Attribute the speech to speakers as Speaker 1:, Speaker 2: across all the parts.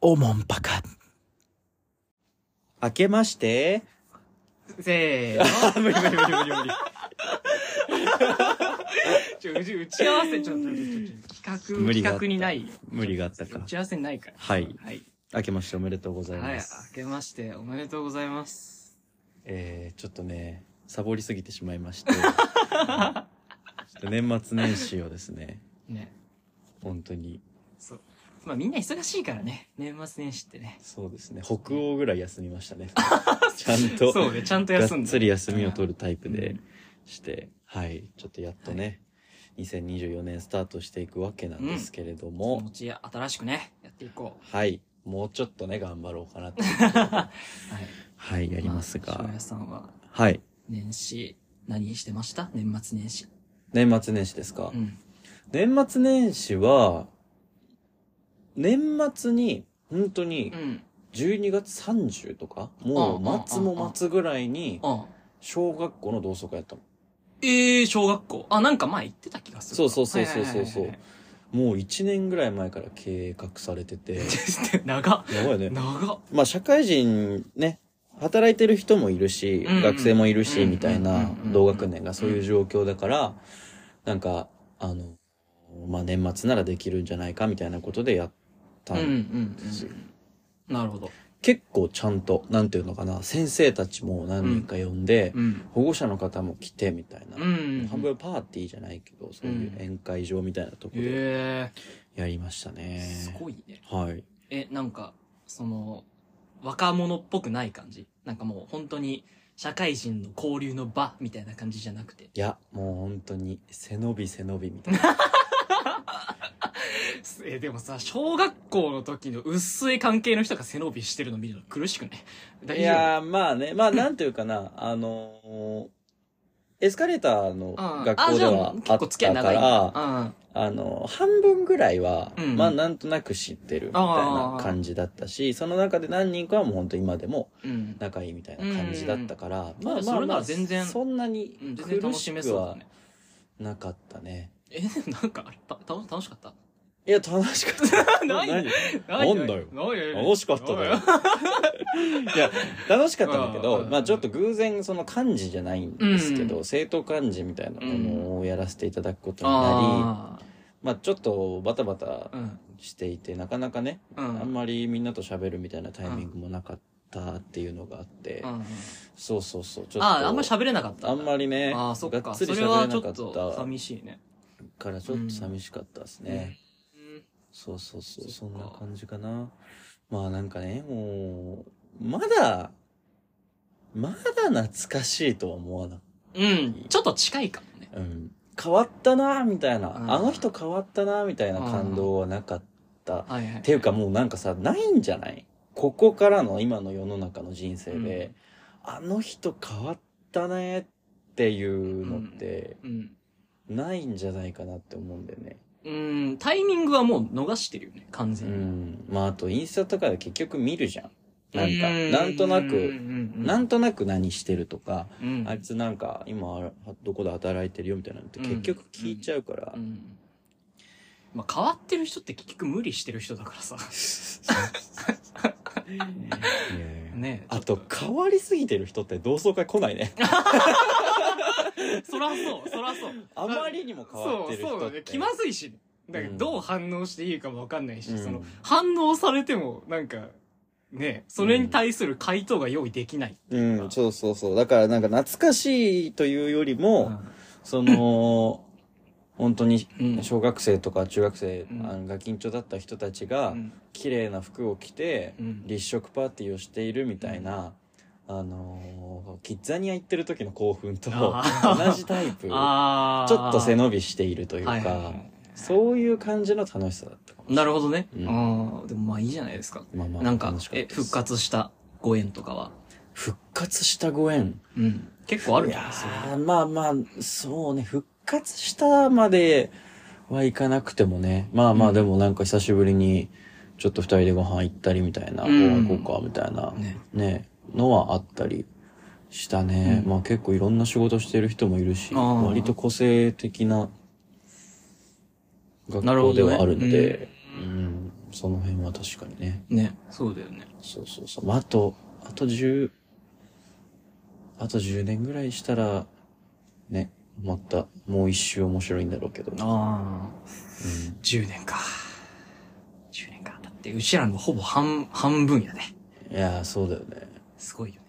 Speaker 1: おもんぱか。
Speaker 2: 明けまして、
Speaker 3: せーの。
Speaker 2: あ、無理無理無理無理無理。
Speaker 3: ちょ、うち打ち合わせ、ちょっと、ちょっと企画、
Speaker 2: 無理
Speaker 3: 企
Speaker 2: があった
Speaker 3: 画にないよ。
Speaker 2: 無理があったか
Speaker 3: 打。ち合わせにないから。
Speaker 2: はい。
Speaker 3: はい。
Speaker 2: 明けましておめでとうござい
Speaker 3: はい。
Speaker 2: ま
Speaker 3: 明
Speaker 2: す。
Speaker 3: けまして、おめでとうございます。
Speaker 2: えー、ちょっとね、サボりすぎてしまいま して。ちょっと年末年始をですね、
Speaker 3: ね。
Speaker 2: 本当に。
Speaker 3: そう。まあみんな忙しいからね。年末年始ってね。
Speaker 2: そうですね。北欧ぐらい休みました ね。ちゃんと。
Speaker 3: そうね、ちゃんと休
Speaker 2: が
Speaker 3: んで。
Speaker 2: っつり休みを取るタイプ
Speaker 3: う
Speaker 2: で
Speaker 3: ん
Speaker 2: して、はい、ちょっとやっとね、2024年スタートしていくわけなんですけれど
Speaker 3: お
Speaker 2: も、
Speaker 3: 餅や新しくね、やっていこ
Speaker 2: はい、もうちょっとね、頑張ろうかな って。
Speaker 3: う。はい。
Speaker 2: はい、やりますが
Speaker 3: あ塩、屋さんは、
Speaker 2: はい、
Speaker 3: 年始、何してました年末年始。
Speaker 2: 年末年始ですか
Speaker 3: う。ん。
Speaker 2: 年末年始は、年末に、本当に
Speaker 3: う、ん。
Speaker 2: 12月30とか、もう末も末ぐらいに、
Speaker 3: あ
Speaker 2: 小学校の同窓会やったの。
Speaker 3: ええー、小学校。あ、なんか前行ってた気がする。
Speaker 2: そうそうそうそうそうそう
Speaker 3: はいはい
Speaker 2: もう1年ぐらい前から計画されてて、 や
Speaker 3: はいはい。長っ。
Speaker 2: ばいね。
Speaker 3: 長っ。
Speaker 2: まあ社会人ね、働いてる人もいるし、
Speaker 3: うんうん
Speaker 2: 学生もいるし、
Speaker 3: うん
Speaker 2: みたいな
Speaker 3: うんうん
Speaker 2: 同学年がそういう状況だから、なんか、あの、まあ年末ならできるんじゃないかみたいなことでやった
Speaker 3: うん
Speaker 2: ん
Speaker 3: うん
Speaker 2: ですよ。
Speaker 3: うん。なるほど。
Speaker 2: 結構ちゃんと、なんていうのかな、先生たちも何人か呼んで、
Speaker 3: うん。
Speaker 2: 保護者の方も来てみたいな。
Speaker 3: うん。
Speaker 2: 半分パーティーじゃないけど、そういう宴会場みたいなとこで
Speaker 3: へ
Speaker 2: やりました
Speaker 3: え。
Speaker 2: ね。
Speaker 3: すごいね。
Speaker 2: はい。
Speaker 3: え、なんか、その、若者っぽくない感じなんかもう本当に、社会人の交流の場みたいな感じじゃなくて。
Speaker 2: いや、もう本当に背伸び背伸びみたいな。
Speaker 3: え、でもさ、小学校の時の薄い関係の人が背伸びしてるの見るの苦しくね。大
Speaker 2: い
Speaker 3: 丈
Speaker 2: やーまあねまあなんていうかなあのーエスカレーターの学校
Speaker 3: 夫。
Speaker 2: では
Speaker 3: あじゃ
Speaker 2: あ
Speaker 3: あ
Speaker 2: っ
Speaker 3: 結構付き合
Speaker 2: たか
Speaker 3: い長いん
Speaker 2: ら、
Speaker 3: だ。うん。
Speaker 2: あの半分ぐらいは、
Speaker 3: うん
Speaker 2: まあなんとなく知ってるみたいな感じだったしその中で何人かはもう本当今でも
Speaker 3: うん。
Speaker 2: 仲いいみたいな感じだったから、
Speaker 3: ん
Speaker 2: まあまあ
Speaker 3: それな
Speaker 2: まあ
Speaker 3: ら全然
Speaker 2: そんなに
Speaker 3: うん、全然
Speaker 2: 苦
Speaker 3: 楽
Speaker 2: し
Speaker 3: しめ
Speaker 2: く
Speaker 3: そうだ
Speaker 2: は
Speaker 3: ね。
Speaker 2: なかったね。
Speaker 3: え、でもなんかあれ、た、た楽しかった
Speaker 2: いや楽しかった。
Speaker 3: ない
Speaker 2: 何
Speaker 3: ない
Speaker 2: なんだよ
Speaker 3: ないない
Speaker 2: 楽しかっただよ。いや、楽しかったんだけ
Speaker 3: うん
Speaker 2: ど
Speaker 3: う、ん
Speaker 2: まあちょっと偶然その漢字じゃないんですけ
Speaker 3: う
Speaker 2: ど、
Speaker 3: ん
Speaker 2: 生徒漢字みたいなものをやらせていただくことにな
Speaker 3: あ
Speaker 2: り、まあちょっとバタバタ
Speaker 3: あ。うん。
Speaker 2: していて、なかなかね、
Speaker 3: う
Speaker 2: あん
Speaker 3: ん。
Speaker 2: まりみんなと喋るみたいなタイミングもなかったっていうのがあって
Speaker 3: う、ん
Speaker 2: そうそうそう、ちょっと。
Speaker 3: ああ、あんまり喋れなかった。
Speaker 2: あんまりね、
Speaker 3: ああ、そっ
Speaker 2: が
Speaker 3: か。
Speaker 2: っ
Speaker 3: そ
Speaker 2: つり喋
Speaker 3: れ
Speaker 2: れ
Speaker 3: はちょ
Speaker 2: な
Speaker 3: っ
Speaker 2: か
Speaker 3: と
Speaker 2: った
Speaker 3: 寂しいね。
Speaker 2: からちょっと寂しかったですね。
Speaker 3: うん
Speaker 2: そうそうそう、そ
Speaker 3: そっ
Speaker 2: ん
Speaker 3: か
Speaker 2: な感じかな。まあなんかね、もう、まだ、まだ懐かしいとは思わな
Speaker 3: うん。ちょっと近いかもね。
Speaker 2: うん。変わったなみたい
Speaker 3: あ
Speaker 2: な。
Speaker 3: ー
Speaker 2: あの人変わったなみたいな感動はなかった。
Speaker 3: はいはい。
Speaker 2: っていうかもうなんかさ、ないんじゃないここからの今の世の中の人生で、あの人変わったねっていうのって、
Speaker 3: うん。
Speaker 2: ないんじゃないかなって思うんだよね。
Speaker 3: うん。タイミングはもう逃してるよね、完
Speaker 2: う
Speaker 3: 全に。
Speaker 2: ん。まああとインスタとかで結局見るじゃん。なんか、
Speaker 3: う
Speaker 2: なんとなく、、な
Speaker 3: なん
Speaker 2: んとなく何してるとか、
Speaker 3: うん
Speaker 2: あいつなんか今どこで働いてるよみたいなのって結局聞いちゃうから、
Speaker 3: うんまあ変わってる人って結局無理してる人だか らさ。
Speaker 2: いやいや
Speaker 3: ね
Speaker 2: あと変わりすぎてる人って同窓会来ない ね
Speaker 3: そらそう、そらそう。
Speaker 2: あまりにも 変わってる人
Speaker 3: そう、
Speaker 2: っ
Speaker 3: そう
Speaker 2: て
Speaker 3: ね。気まずいし。だから
Speaker 2: うん
Speaker 3: どう反応していいかもわかんないし、
Speaker 2: うん
Speaker 3: その、反応されても、なんか、ね、それに対する回答が用意できない。
Speaker 2: うんそうそうそうだからなんか懐かしいというよりも、その本当に
Speaker 3: うん
Speaker 2: 小学生とか中学生、
Speaker 3: うん
Speaker 2: あのが緊張だった人たちが、
Speaker 3: うん
Speaker 2: 綺麗な服を着て、
Speaker 3: うん
Speaker 2: 立食パーティーをしているみたいな、あのーキッザニア行ってる時の興奮と同
Speaker 3: あー
Speaker 2: じタイプちょ
Speaker 3: ああ。
Speaker 2: っと背伸びしているというか、
Speaker 3: はいはいはい
Speaker 2: そういう感じの楽しさだったかも
Speaker 3: なるほどね。
Speaker 2: うん
Speaker 3: ああ、でもまあいいじゃないですか。
Speaker 2: まあまあ
Speaker 3: なんか
Speaker 2: 楽し、った
Speaker 3: え
Speaker 2: で、す
Speaker 3: 復活したご縁とかは。
Speaker 2: 復活したご縁
Speaker 3: うん。結構ある
Speaker 2: い
Speaker 3: じゃ
Speaker 2: や
Speaker 3: ないですか。
Speaker 2: ーまあまあそうね復活したまではいかなくてもねまあまあでもなんか久しぶりにちょっと二人でご飯行ったりみたいな、
Speaker 3: うん
Speaker 2: ご飯行こうかみたいな、
Speaker 3: ね。
Speaker 2: ね、のはあったりしたね。
Speaker 3: うん
Speaker 2: まあ結構いろんな仕事してる人もいるし、
Speaker 3: あー
Speaker 2: 割と個性的な学
Speaker 3: なるほ
Speaker 2: 校で
Speaker 3: どね
Speaker 2: はあるんで、
Speaker 3: う
Speaker 2: うんその辺は確かにね。
Speaker 3: ね。そうだよね。
Speaker 2: そうそうそう。まあ、あと、あと10、あと10年ぐらいしたら、ね、また、もう一周面白いんだろうけど。
Speaker 3: ああ。
Speaker 2: うん
Speaker 3: 10年か。10年か。だって、うちらのほぼ半、半分やで。
Speaker 2: いやー、そうだよね。
Speaker 3: すごいよね。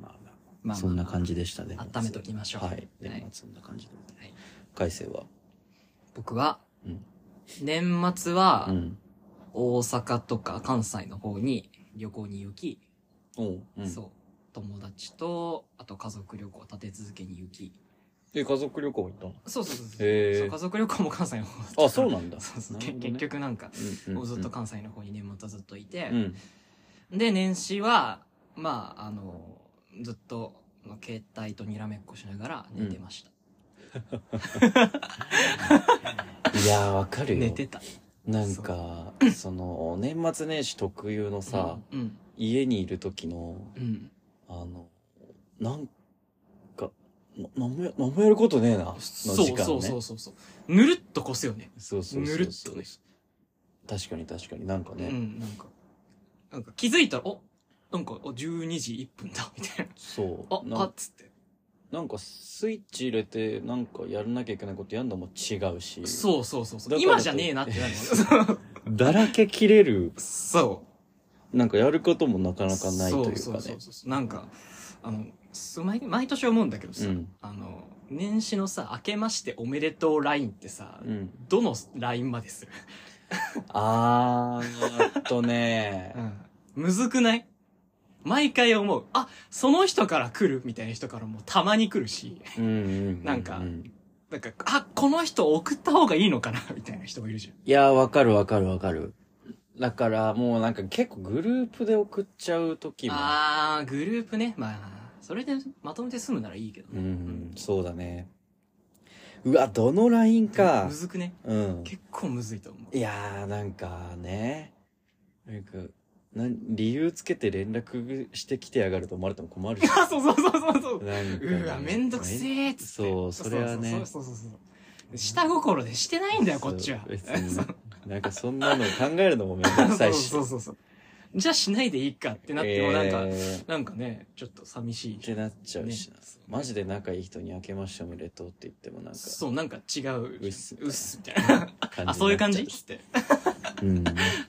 Speaker 2: まあまあ
Speaker 3: まあ、
Speaker 2: そんな感
Speaker 3: じ。
Speaker 2: じでしたね。
Speaker 3: 温めときましょう。
Speaker 2: はい。で
Speaker 3: はい
Speaker 2: まあそんな感じで。
Speaker 3: はい
Speaker 2: 改正は。
Speaker 3: 僕は、
Speaker 2: うん
Speaker 3: 年末は
Speaker 2: う、ん。
Speaker 3: 大阪とか関西の方に旅行に行き、
Speaker 2: おう。うん。
Speaker 3: そう、友達と、あと家族旅行を立て続けに行き、
Speaker 2: で、家族旅行行ったの
Speaker 3: そうそうそうそう、
Speaker 2: へー
Speaker 3: そう家族旅行も関西の方だったから
Speaker 2: あ、そうなんだ。
Speaker 3: そうそう、
Speaker 2: なる
Speaker 3: け
Speaker 2: ほどね
Speaker 3: 結、局なんか、
Speaker 2: うんうん
Speaker 3: も
Speaker 2: う
Speaker 3: うんずっと関西の方に年末はずっといて、
Speaker 2: うん。
Speaker 3: で、年始は、まあ、あの、ずっと、まあ携帯とにらめっこしながら寝てました。
Speaker 2: いやー、わかるよ。
Speaker 3: 寝てた。
Speaker 2: なんか、その、年末年始特有のさ、
Speaker 3: うん、
Speaker 2: 家にいる時の、
Speaker 3: うん。
Speaker 2: あの、なんか、ななんもや、なんもやることねえな、の
Speaker 3: そう
Speaker 2: 時間ね。
Speaker 3: そうそうそうそう。ぬるっと越すよね。
Speaker 2: そうそうそうそう。
Speaker 3: ぬるっとね
Speaker 2: 確かに確かになんかね。
Speaker 3: うん、なんか、なんか気づいたら、おなんか、お12時1分だ、みたい
Speaker 2: そう。
Speaker 3: な。
Speaker 2: な
Speaker 3: あ、あっつって。
Speaker 2: なんかスイッチ入れて、なんかやらなきゃいけないことやんのも違うし。
Speaker 3: そうそうそうそ
Speaker 2: だ
Speaker 3: う。
Speaker 2: から
Speaker 3: 今じゃねえなってなる もん。
Speaker 2: だらけ切れる、
Speaker 3: そ
Speaker 2: なんかやることもなか
Speaker 3: う。
Speaker 2: なかないというかね。
Speaker 3: そうそうそうそう。なんか、あの、す毎毎年思うんだけどさ、
Speaker 2: うん
Speaker 3: あの、年始のさ、明けましておめでとうラインってさ、
Speaker 2: うん。
Speaker 3: どのラインまでする。
Speaker 2: あーっとね
Speaker 3: ん。むずくない毎回思う。あ、その人から来るみたいな人からもたまに来るし。
Speaker 2: うんうんうんうん
Speaker 3: なんかなんか、あ、この人送った方がいいのかなみたいな人もいるじゃん。
Speaker 2: いやー、わかるわかるわかる。だから、もうなんか結構グループで送っちゃう時も。
Speaker 3: あー、グループね。まあ、それでまとめて済むならいいけど
Speaker 2: う
Speaker 3: ね。
Speaker 2: ん、そうだね。うわ、どのラインか
Speaker 3: む。ずくね。
Speaker 2: うん。
Speaker 3: 結構むずいと思う。
Speaker 2: いやー、なんかね。なんか、なん理由つけて連絡してきてやがると思われても困る し。
Speaker 3: あそうそうそうそうそう。
Speaker 2: なんかね
Speaker 3: うわ、めんどくせえっつって。
Speaker 2: そうそれはね
Speaker 3: そうそうそうそうそう。下心でしてないんだよ、こっちは
Speaker 2: そう。別に。なんかそんなの考えるのもめんどくさいし。
Speaker 3: そうそうそうそう。じゃあしないでいいかってなってもなんか、
Speaker 2: えーっ
Speaker 3: なんかね、ちょっと寂しい。
Speaker 2: てなっちゃうしな
Speaker 3: ね
Speaker 2: マジで仲いい人に明けましておめでとうって言ってもなんか
Speaker 3: そう、なんか違う。
Speaker 2: うっす
Speaker 3: うっす、みたい
Speaker 2: 感に
Speaker 3: な。
Speaker 2: なっちゃ。
Speaker 3: あ、そういう感じって。
Speaker 2: うん。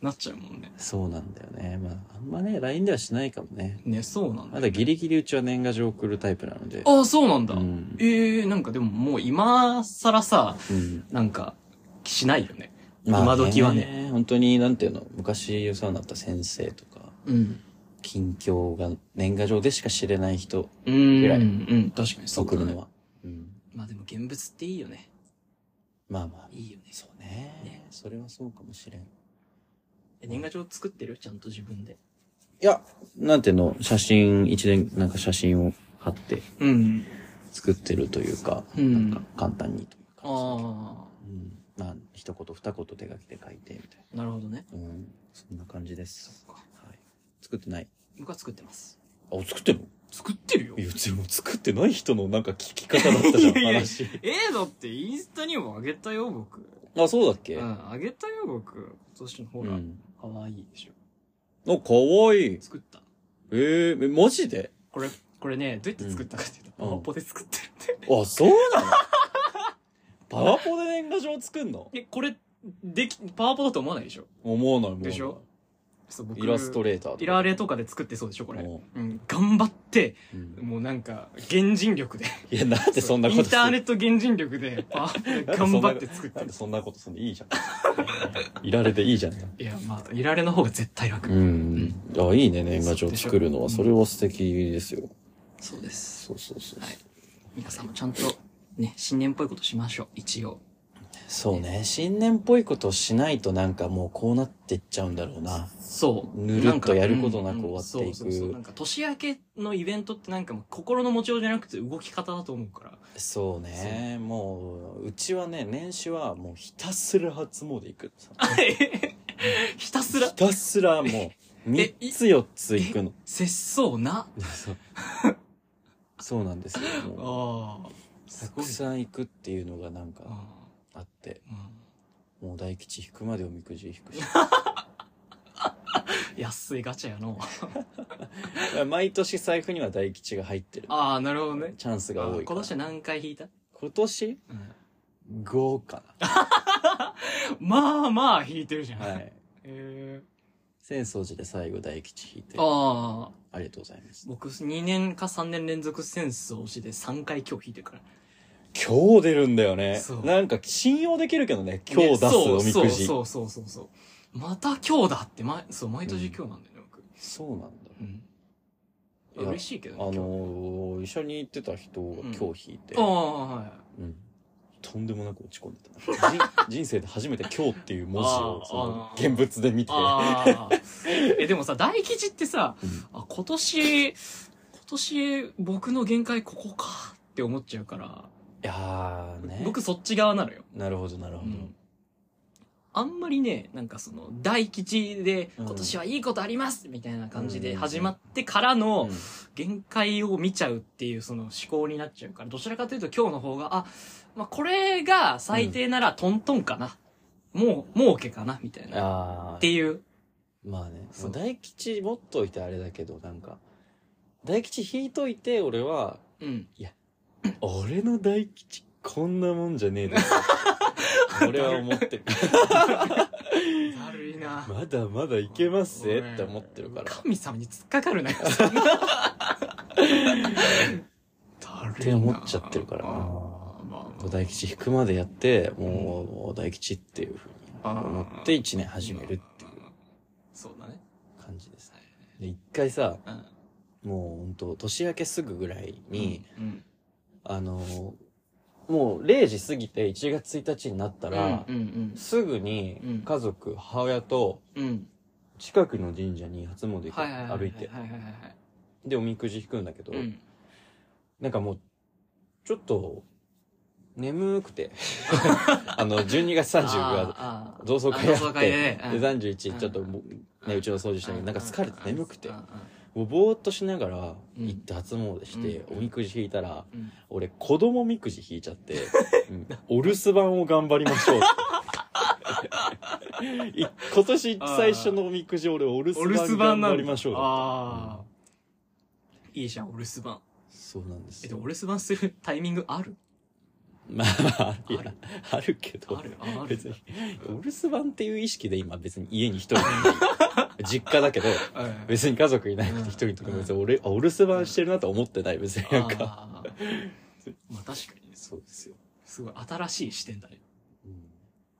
Speaker 3: なっちゃうもんね。
Speaker 2: そうなんだよね。まあ、あんまね、LINE ではしないかもね。
Speaker 3: ね、そうなんだ
Speaker 2: まだギリギリうちは年賀状送るタイプなので。
Speaker 3: ああ、そうなん
Speaker 2: う
Speaker 3: だ。
Speaker 2: ん。
Speaker 3: ええなんかでももう今更さ、
Speaker 2: うん
Speaker 3: なんか、しないよね。今時はね。
Speaker 2: 本当に、なんていうの、昔お世話になった先生とか、
Speaker 3: うん。
Speaker 2: 近況が年賀状でしか知れない人、
Speaker 3: うん。
Speaker 2: ぐらい
Speaker 3: うん、確かにそう
Speaker 2: 送
Speaker 3: だ
Speaker 2: る
Speaker 3: ね
Speaker 2: のは。うん。
Speaker 3: まあでも現物っていいよね。
Speaker 2: まあまあ、
Speaker 3: いいよね。
Speaker 2: そうね
Speaker 3: ね
Speaker 2: それはそうかもしれん。い
Speaker 3: え年賀状作ってるちゃんと自分で。
Speaker 2: や、なんていうの、写真、一年、なんか写真を貼って
Speaker 3: うん。
Speaker 2: 作ってるというか、
Speaker 3: うん
Speaker 2: なんか簡単にというか。
Speaker 3: あ
Speaker 2: うん。まあ、一言二言手書きで書いて、みたい
Speaker 3: あ、なるほどね。
Speaker 2: な。うん。そんな感じです。
Speaker 3: そっか。
Speaker 2: はい。作ってない。
Speaker 3: 僕は作ってます。
Speaker 2: あ、作ってんの
Speaker 3: 作ってるよ
Speaker 2: いや、でも作ってない人のなんか聞き方だったじゃん、
Speaker 3: いやいや
Speaker 2: 話。
Speaker 3: ええだってインスタにもあげたよ、僕。
Speaker 2: あ、そうだっけ
Speaker 3: うん、あげたよ、僕。今年のほ
Speaker 2: う
Speaker 3: ら、
Speaker 2: ん。
Speaker 3: かわいいでしょ。
Speaker 2: あ、かわいい。
Speaker 3: 作った。
Speaker 2: ええー、えマジで
Speaker 3: これ、これね、どうやって作ったかっていうと、
Speaker 2: うん
Speaker 3: パワポで作ってるんで。
Speaker 2: あ、そうな のパワポで年賀状作んの
Speaker 3: え、これ、でき、パワポだと思わないでしょ
Speaker 2: 思わないもん。
Speaker 3: でしょそう、僕
Speaker 2: イラストレーター
Speaker 3: イラ
Speaker 2: レ
Speaker 3: レとかで作ってそうでしょ、これ。
Speaker 2: おう
Speaker 3: うん、頑張って、
Speaker 2: うん、
Speaker 3: もうなんか、原人力で。
Speaker 2: いや、なんでそんなこ
Speaker 3: イ
Speaker 2: と
Speaker 3: ンターネ
Speaker 2: ッ
Speaker 3: ット原人 力で、パワポで頑張って作って
Speaker 2: なん
Speaker 3: る
Speaker 2: で。そんなことすんでいいじゃん。 いられでいいじゃん。
Speaker 3: いや、まあ、イラレの方が絶対楽。
Speaker 2: うん。あ、いいね、年賀状作るのは。
Speaker 3: そ
Speaker 2: そう
Speaker 3: でしょ
Speaker 2: れは素敵ですよ。
Speaker 3: そうです。
Speaker 2: そうそうそう。
Speaker 3: はい皆さんもちゃんと、ね、新年っぽいことしましょう、一応。
Speaker 2: そうね。新年っぽいことをしないとなんかもうこうなってっちゃうんだろうな。
Speaker 3: そう。
Speaker 2: ぬるっと
Speaker 3: なんか
Speaker 2: やることなく終わっていく
Speaker 3: うんうんそうそうそう。なんか年明けのイベントってなんかもう心の持ちようじゃなくて動き方だと思うから。
Speaker 2: そうね。もう、うちはね、年始はもうひたすら初詣行く。
Speaker 3: ひたすら
Speaker 2: ひ、たすらもう、
Speaker 3: え
Speaker 2: 3つ4つ行くの。
Speaker 3: 節操な。
Speaker 2: そうそうなんですよ。 もう
Speaker 3: ああ。
Speaker 2: た
Speaker 3: すご
Speaker 2: く
Speaker 3: い。
Speaker 2: さん行くっていうのがなんか
Speaker 3: あ
Speaker 2: あって、
Speaker 3: ーうん
Speaker 2: もう大吉引くまでおみくじ引くし。
Speaker 3: 安いガチャやの。
Speaker 2: 毎年財布には大吉が入ってる。
Speaker 3: ああ、なるほどね。
Speaker 2: チャンスが多い
Speaker 3: 今
Speaker 2: から。
Speaker 3: 年何回引いた、
Speaker 2: 今年
Speaker 3: うん、
Speaker 2: ?5 か
Speaker 3: まあまあ引いてるじゃん。
Speaker 2: な。はい。
Speaker 3: え
Speaker 2: 浅草寺で最後大吉引いて。あ
Speaker 3: ああ、
Speaker 2: りがとうございます。
Speaker 3: 僕2年か3年連続センスをして3回今日引いてるから。
Speaker 2: 今日出るんだよね
Speaker 3: そう。
Speaker 2: なんか信用できるけどね、今日出す
Speaker 3: ねそ
Speaker 2: お
Speaker 3: う
Speaker 2: みくじ。そう
Speaker 3: そうそうそうそうそう。また今日だって、ま、そう、毎年今日なんだよね、僕。
Speaker 2: なんだ。
Speaker 3: うん。
Speaker 2: いや
Speaker 3: 嬉しいけど
Speaker 2: あ
Speaker 3: ね。
Speaker 2: の
Speaker 3: 今日
Speaker 2: ー、一緒に行ってた人が今日引いて、
Speaker 3: ああ、はい。
Speaker 2: うんとんでもなく落ち込んでた。人人生で初めて今日っていう文字を
Speaker 3: あー
Speaker 2: その
Speaker 3: あー
Speaker 2: 現物で見て。
Speaker 3: ああ。 え、でもさ、大吉ってさ、
Speaker 2: うん
Speaker 3: あ、今年、今年僕の限界ここかって思っちゃうから、
Speaker 2: いやーね。
Speaker 3: 僕そっち側なのよ。
Speaker 2: なるほど、なるほ
Speaker 3: う
Speaker 2: ど。
Speaker 3: んあんまりね、なんかその、大吉で、
Speaker 2: うん
Speaker 3: 今年はいいことありますみたいな感じ
Speaker 2: うん
Speaker 3: で始まってからの
Speaker 2: うん、
Speaker 3: 限界を見ちゃうっていうその思考になっちゃうから、どちらかというと今日の方が、あ、まあ、これが最低ならトントンかな。もう、儲けかなみたいな。っ
Speaker 2: ああ
Speaker 3: て。いう。
Speaker 2: まあね。
Speaker 3: そう
Speaker 2: まあ大吉持っといてあれだけど、なんか、大吉引いといて、俺は、
Speaker 3: うん。
Speaker 2: 俺の大吉こんなもんじゃねえだろ。 俺は思ってる。
Speaker 3: だるいな。
Speaker 2: まだまだいけますぜって思ってるから。
Speaker 3: 神様に突っかかるなよ。っ
Speaker 2: って思っちゃってるからな大吉引くまでやって、もう、大吉っていうふうに思って一年始めるってい
Speaker 3: そうだね。
Speaker 2: う感じですね。で、一回さ、
Speaker 3: うん
Speaker 2: もうほんと、年明けすぐぐらいに、、
Speaker 3: うん
Speaker 2: あの、もう0時過ぎて1月1日になったら、
Speaker 3: うんうん
Speaker 2: すぐに家族、母親と
Speaker 3: うん。うん。
Speaker 2: 近くの神社に初詣行く
Speaker 3: はいはいはいはい。
Speaker 2: 歩いて、
Speaker 3: はいはいはいはい。
Speaker 2: で、おみくじ引くんだけど、
Speaker 3: うん。
Speaker 2: なんかもう、ちょっと、眠く て。あの、12月30が
Speaker 3: あーあー
Speaker 2: 同窓会や
Speaker 3: 同
Speaker 2: っ
Speaker 3: 窓
Speaker 2: て、
Speaker 3: 会で
Speaker 2: で、
Speaker 3: うん
Speaker 2: 31ちょっともう、ね、うちの掃除したけど、なんか疲れて眠くて、もうぼーっとしながら
Speaker 3: うん
Speaker 2: 行って初詣して、
Speaker 3: うん
Speaker 2: おみくじ引いたら、
Speaker 3: うん
Speaker 2: 俺子供みくじ引いちゃって、うんお留守番を頑張りましょうって。 い今年最初のおみくじ俺お留
Speaker 3: お
Speaker 2: 守
Speaker 3: 留守
Speaker 2: 番
Speaker 3: 番な
Speaker 2: 頑張
Speaker 3: んだ
Speaker 2: りましょうだった
Speaker 3: ああ。いいじゃん、お留守番。
Speaker 2: そうなんです
Speaker 3: え、で
Speaker 2: よ
Speaker 3: もお留守番するタイミングある
Speaker 2: まあ、あるや
Speaker 3: ある
Speaker 2: あるけど
Speaker 3: あ。るあある
Speaker 2: 別に、お留守番っていう意識で今別に家に一人いない 実家だけど、
Speaker 3: うん
Speaker 2: 別に家族いなくて一人とか別に俺、あお留守番してるなとは思ってない、別になんか。
Speaker 3: あー。まあ確かにね、
Speaker 2: そうですよ。
Speaker 3: すごい新しい視点だね。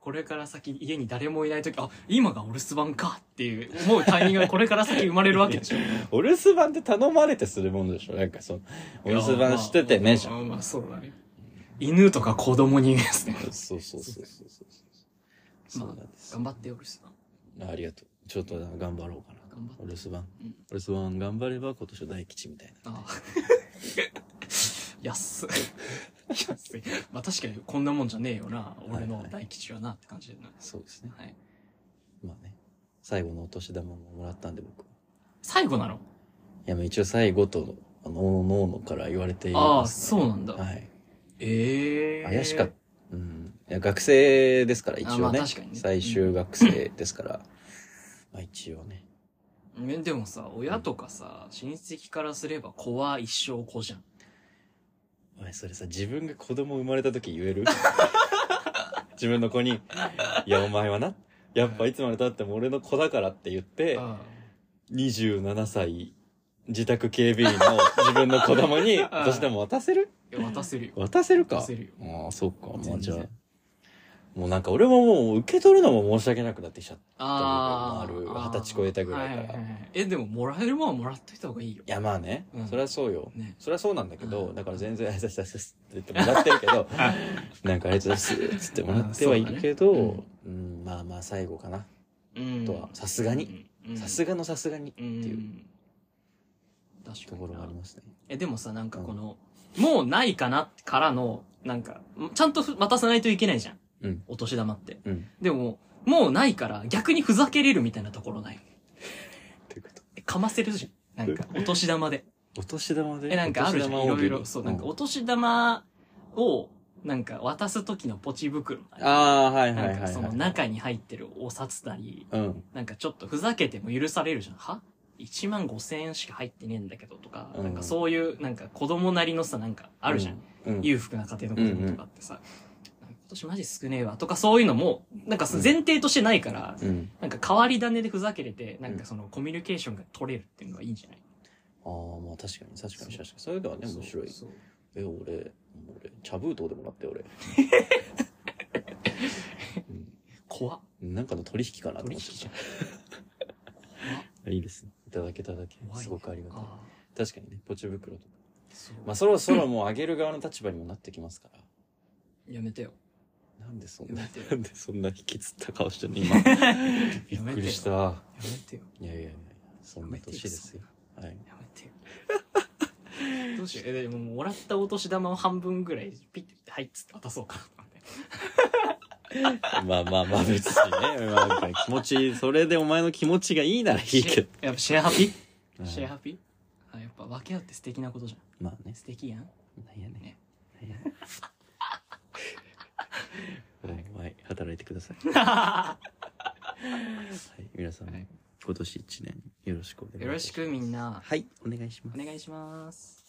Speaker 3: これから先家に誰もいないとき、あ、今がお留守番かっていう思うタイミングがこれから先生まれるわけでしょ。
Speaker 2: お留守番って頼まれてするものでしょなんかその、 お留守番しててね、じゃ
Speaker 3: ま
Speaker 2: ん。
Speaker 3: あまあそうだね。犬とか子供にですね。
Speaker 2: そうそうそうそうそう。そうなんです
Speaker 3: 頑張ってよ、留守番。
Speaker 2: あ。ありがとう。ちょっとなんか頑張ろうかな。
Speaker 3: 頑張って
Speaker 2: お留守番
Speaker 3: うん。
Speaker 2: お留守番頑張れば今年は大吉みたいな。
Speaker 3: ああ。 安っ。安い。まあ確かにこんなもんじゃねえよな。俺の大吉はなって感じだよな。
Speaker 2: そうですね。
Speaker 3: はい。
Speaker 2: まあね。最後のお年玉ももらったんで僕は。
Speaker 3: 最後なの
Speaker 2: いや、まあ一応最後と、あの、脳のから言われてい
Speaker 3: ああ、
Speaker 2: う。
Speaker 3: そうなんだ。
Speaker 2: はい。
Speaker 3: ええ
Speaker 2: 怪しかった。うん。いや、学生ですから、一応ね。
Speaker 3: あまあ確かにね
Speaker 2: 最終学生ですから。まあ一応ね。
Speaker 3: ねでもさ、親とかさ、親戚からすれば子は一生子じゃん。
Speaker 2: お前、それさ、自分が子供生まれた時言 える自分の子に、いや、お前はな、やっぱいつまで経っても俺の子だからって言って、
Speaker 3: あ
Speaker 2: 27歳、自宅警備員の自分の子供に、
Speaker 3: あ
Speaker 2: どうしても渡せる
Speaker 3: あ。いや、渡せるよ。
Speaker 2: 渡せる か
Speaker 3: 渡せるよ
Speaker 2: ああ、そっか。まあ
Speaker 3: 全然
Speaker 2: じゃあ。もうなんか俺ももう受け取るのも申し訳なくなってきちゃった。
Speaker 3: あ
Speaker 2: というのもあ
Speaker 3: あ。
Speaker 2: る二十歳超えたぐらいから
Speaker 3: はははえ、でも、もらえるもんはもらっといた方がいいよ
Speaker 2: い。やまあね、
Speaker 3: うん
Speaker 2: それはそうよ。
Speaker 3: ね
Speaker 2: それはそうなんだけど、
Speaker 3: うん
Speaker 2: だから全然、あざすあざすって言ってもらってるけ ど、なんかありがとうございますって言ってもらってはいるけど、
Speaker 3: うんそうだね
Speaker 2: うん、まあまあ最後かな、
Speaker 3: うん
Speaker 2: とは、さすがに、。さす
Speaker 3: が
Speaker 2: がのさすがにって
Speaker 3: に。
Speaker 2: いうん
Speaker 3: 確
Speaker 2: と
Speaker 3: か
Speaker 2: こ
Speaker 3: に
Speaker 2: ろがあ
Speaker 3: な
Speaker 2: り。ますね。
Speaker 3: え、でもさ、なんかこの、もうないかなからの、なんか、ちゃんと渡さないといけないじゃん。
Speaker 2: うん。
Speaker 3: お年玉って。
Speaker 2: うん。
Speaker 3: でも、もうないから、逆にふざけれるみたいなところない。
Speaker 2: ということ。
Speaker 3: えかませるじゃん。なんか、お年玉で。
Speaker 2: お年玉で。
Speaker 3: え、なんかあるじゃん。
Speaker 2: お年玉大
Speaker 3: いろ
Speaker 2: 喜利
Speaker 3: いろ。そう、なんか、
Speaker 2: う
Speaker 3: お年玉を、なんか渡す時のポチ袋。
Speaker 2: ああー、はいはいはい、
Speaker 3: なん
Speaker 2: は
Speaker 3: か
Speaker 2: い。
Speaker 3: その中に入ってるお札なり、
Speaker 2: うん。
Speaker 3: なんかちょっとふざけても許されるじゃん。は ?1 万5千円しか入ってねえんだけどとか、
Speaker 2: うん
Speaker 3: なんかそういう、なんか子供なりのさ、なんかあるじゃん。
Speaker 2: うん。うん。
Speaker 3: 裕福な家庭の子供とかってさ、今年マジ少ねえわとかそういうのも、なんか前提としてないから、
Speaker 2: うん。
Speaker 3: なんか変わり種でふざけれて、なんかそのコミュニケーションが取れるっていうのがいいんじゃない
Speaker 2: ああ、まあ確かに確かに確かに。そういうのはね、面白い。
Speaker 3: そうそう
Speaker 2: え、俺、俺、茶封筒でもらって 俺。
Speaker 3: 怖っ。
Speaker 2: なんかの取引かなと
Speaker 3: 取
Speaker 2: 思っ
Speaker 3: 引
Speaker 2: て
Speaker 3: じゃん。
Speaker 2: た。いいですね。いただけただけ
Speaker 3: 怖い。ね
Speaker 2: すごくありがたい。
Speaker 3: あ
Speaker 2: 確かにね、ポチ袋とか。
Speaker 3: ーそう
Speaker 2: まあそろそろもうあげる側の立場にもなってきますから。
Speaker 3: やめてよ。
Speaker 2: なんでそんな
Speaker 3: やめて、よ
Speaker 2: なんでそんな引きつった顔してんの 今。びっくりした。い
Speaker 3: やめてよ。
Speaker 2: やいやいや、そんな年ですよ。はい。
Speaker 3: やめ てよ。どうしよう。え、でももうもらったお年玉を半分ぐらいピッて、はいっつって渡そうかなと思って。
Speaker 2: まあまあまあ別にね、まあなんか気持ち、それでお前の気持ちがいいならい いけど。
Speaker 3: やっぱシェアハピ
Speaker 2: うん
Speaker 3: シェアハピあ、やっぱ分け合うって素敵なことじゃ
Speaker 2: まあね
Speaker 3: ん。、素敵やん。
Speaker 2: なんやね
Speaker 3: ね。
Speaker 2: なんや ね。お前、働いてください。 はい、皆さんも
Speaker 3: はい
Speaker 2: 今年一年よろしくお願いい
Speaker 3: よろ
Speaker 2: たし
Speaker 3: し
Speaker 2: ます。
Speaker 3: くみんな。
Speaker 2: はい、お願いします
Speaker 3: お。願いします。